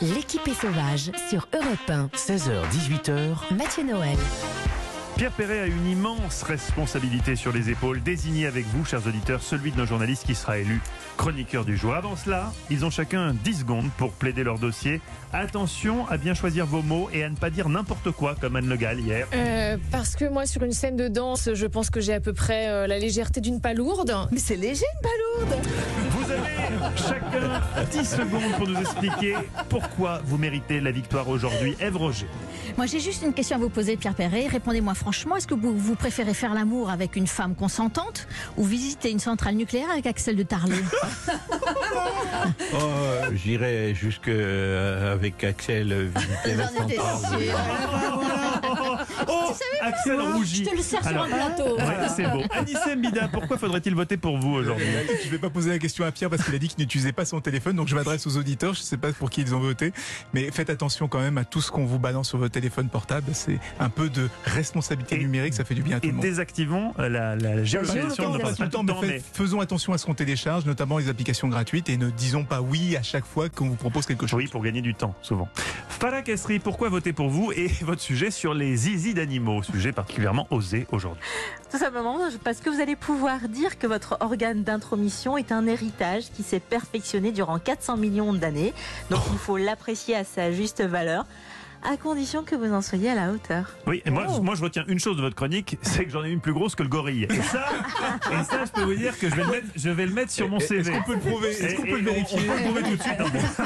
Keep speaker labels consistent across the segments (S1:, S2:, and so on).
S1: L'équipe est sauvage sur Europe 1.
S2: 16h, 18h.
S1: Mathieu Noël.
S3: Pierre Perret a une immense responsabilité sur les épaules. Désignez avec vous, chers auditeurs, celui de nos journalistes qui sera élu chroniqueur du jour. Avant cela, ils ont chacun 10 secondes pour plaider leur dossier. Attention à bien choisir vos mots et à ne pas dire n'importe quoi, comme Anne Le Gall hier.
S4: Euh, parce que moi, sur une scène de danse, je pense que j'ai à peu près euh, la légèreté d'une palourde.
S5: Mais c'est léger une palourde
S3: Vous avez chacun 10 secondes pour nous expliquer pourquoi vous méritez la victoire aujourd'hui. Ève Roger.
S6: Moi, j'ai juste une question à vous poser, Pierre Perret. Répondez-moi franchement. Est-ce que vous, vous préférez faire l'amour avec une femme consentante ou visiter une centrale nucléaire avec Axel de Tarlé
S7: Oh, euh, j'irai jusque euh, avec Axel euh, visiter la
S6: J'en étais
S7: centrale.
S6: sûre.
S3: Oh, Axel
S6: Je
S3: Rougi.
S6: te le sers sur
S3: Alors,
S6: un plateau.
S3: ouais, c'est beau. Anissé Mbida, pourquoi faudrait-il voter pour vous aujourd'hui
S8: Je ne vais pas poser la question à Pierre parce qu'il a dit qu'il n'utilisait pas son téléphone, donc je m'adresse aux auditeurs, je ne sais pas pour qui ils ont voté, mais faites attention quand même à tout ce qu'on vous balance sur votre téléphone portable, c'est un peu de responsabilité
S3: Et-
S8: numérique, ça fait du Eh bien à tout
S3: Et
S8: le monde.
S3: désactivons euh, la, la, géolocalisation.
S8: On
S3: On
S8: n'a
S3: en
S8: pas
S3: parle
S8: tout le temps,
S3: mais
S8: mais fait- faisons attention à ce qu'on télécharge, notamment les applications gratuites, et ne disons pas oui à chaque fois qu'on vous propose quelque chose.
S3: Oui, pour gagner du temps, souvent. Farah Kessri, pourquoi voter pour vous et votre sujet sur les zizi d'animaux, sujet particulièrement osé aujourd'hui.
S9: Tout simplement parce que vous allez pouvoir dire que votre organe d'intromission est un héritage qui s'est perfectionné durant 400 millions d'années. Donc il faut l'apprécier à sa juste valeur, à condition que vous en soyez à la hauteur.
S3: Oui, et moi, moi je retiens une chose de votre chronique, c'est que j'en ai une plus grosse que le gorille. Et ça, et ça je peux vous dire que je vais le mettre, je vais le mettre sur mon CV.
S8: On peut le prouver, est-ce qu'on
S3: Et-
S8: peut le
S3: et on-
S8: vérifier
S3: on peut le prouver tout de suite. hein, bon.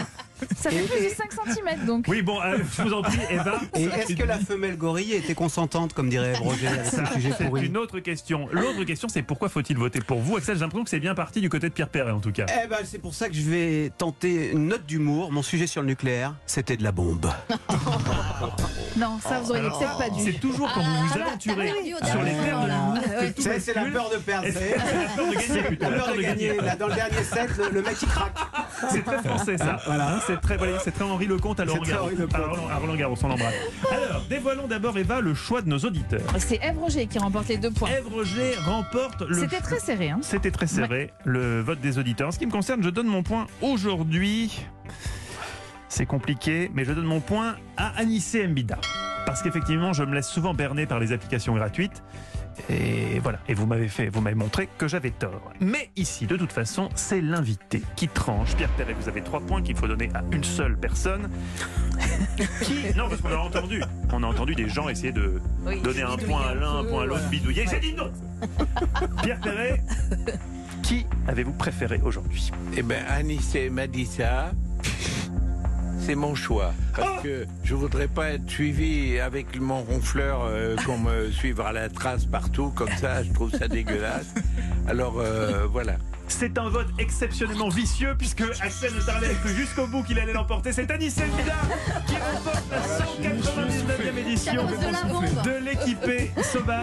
S4: Ça fait plus de 5 cm donc.
S3: Oui, bon, euh, je vous en prie, Eva.
S2: Et est-ce que la femelle gorille était consentante, comme dirait Roger, avec
S3: Ça,
S2: son sujet
S3: c'est
S2: pourri
S3: une autre question. L'autre question, c'est pourquoi faut-il voter pour vous Axel, j'ai l'impression que c'est bien parti du côté de Pierre Perret, en tout cas.
S2: Eh ben, c'est pour ça que je vais tenter une note d'humour. Mon sujet sur le nucléaire, c'était de la bombe.
S5: Non, ça vous auriez peut-être pas dû.
S3: C'est toujours quand vous vous aventurez
S5: Ah,
S6: perdu au
S3: sur
S6: dernier
S3: les terres
S6: moment,
S3: de
S6: là.
S3: l'humour que tout
S2: C'est c'est la
S3: bascule.
S2: peur de perdre. c'est-
S3: La peur de gagner, plutôt,
S2: La peur de gagner. Là, dans le dernier set, le, le mec il craque.
S3: C'est très français ça. Hein, c'est très, voilà, c'est très Henri Lecomte à Roland
S2: très
S3: Garros.
S2: Henri Lecomte.
S3: À Roland- à Roland Garros, on l'embrasse. Alors, dévoilons d'abord Eva le choix de nos auditeurs.
S5: C'est Eve Roger qui remporte les deux points.
S3: Ève Roger remporte le.
S5: C'était très serré. Hein.
S3: C'était très serré le vote des auditeurs. En ce qui me concerne, je donne mon point aujourd'hui. C'est compliqué, mais je donne mon point à Anissé Mbida. Parce qu'effectivement, je me laisse souvent berner par les applications gratuites. Et voilà. Et vous m'avez fait, vous m'avez montré que j'avais tort. Mais ici, de toute façon, c'est l'invité qui tranche. Pierre Perret, vous avez trois points qu'il faut donner à une seule personne. qui Non, parce qu'on a entendu. On a entendu des gens essayer de donner un point à l'un, un point à l'autre, bidouiller. J'ai dit non. Pierre Perret, qui avez-vous préféré aujourd'hui
S7: Eh ben, Anissé m'a dit ça. C'est mon choix. Parce
S2: Ah
S7: que je voudrais pas être suivi avec mon ronfleur, euh, qu'on me suivra la trace partout, comme ça, je trouve ça dégueulasse. Alors, euh, voilà.
S3: C'est un vote exceptionnellement vicieux puisque Axel ne tarder que jusqu'au bout qu'il allait l'emporter. C'est Anis Elmida qui remporte la 199e édition E,
S6: cause de la bombe.
S3: de l'équipé sauvage.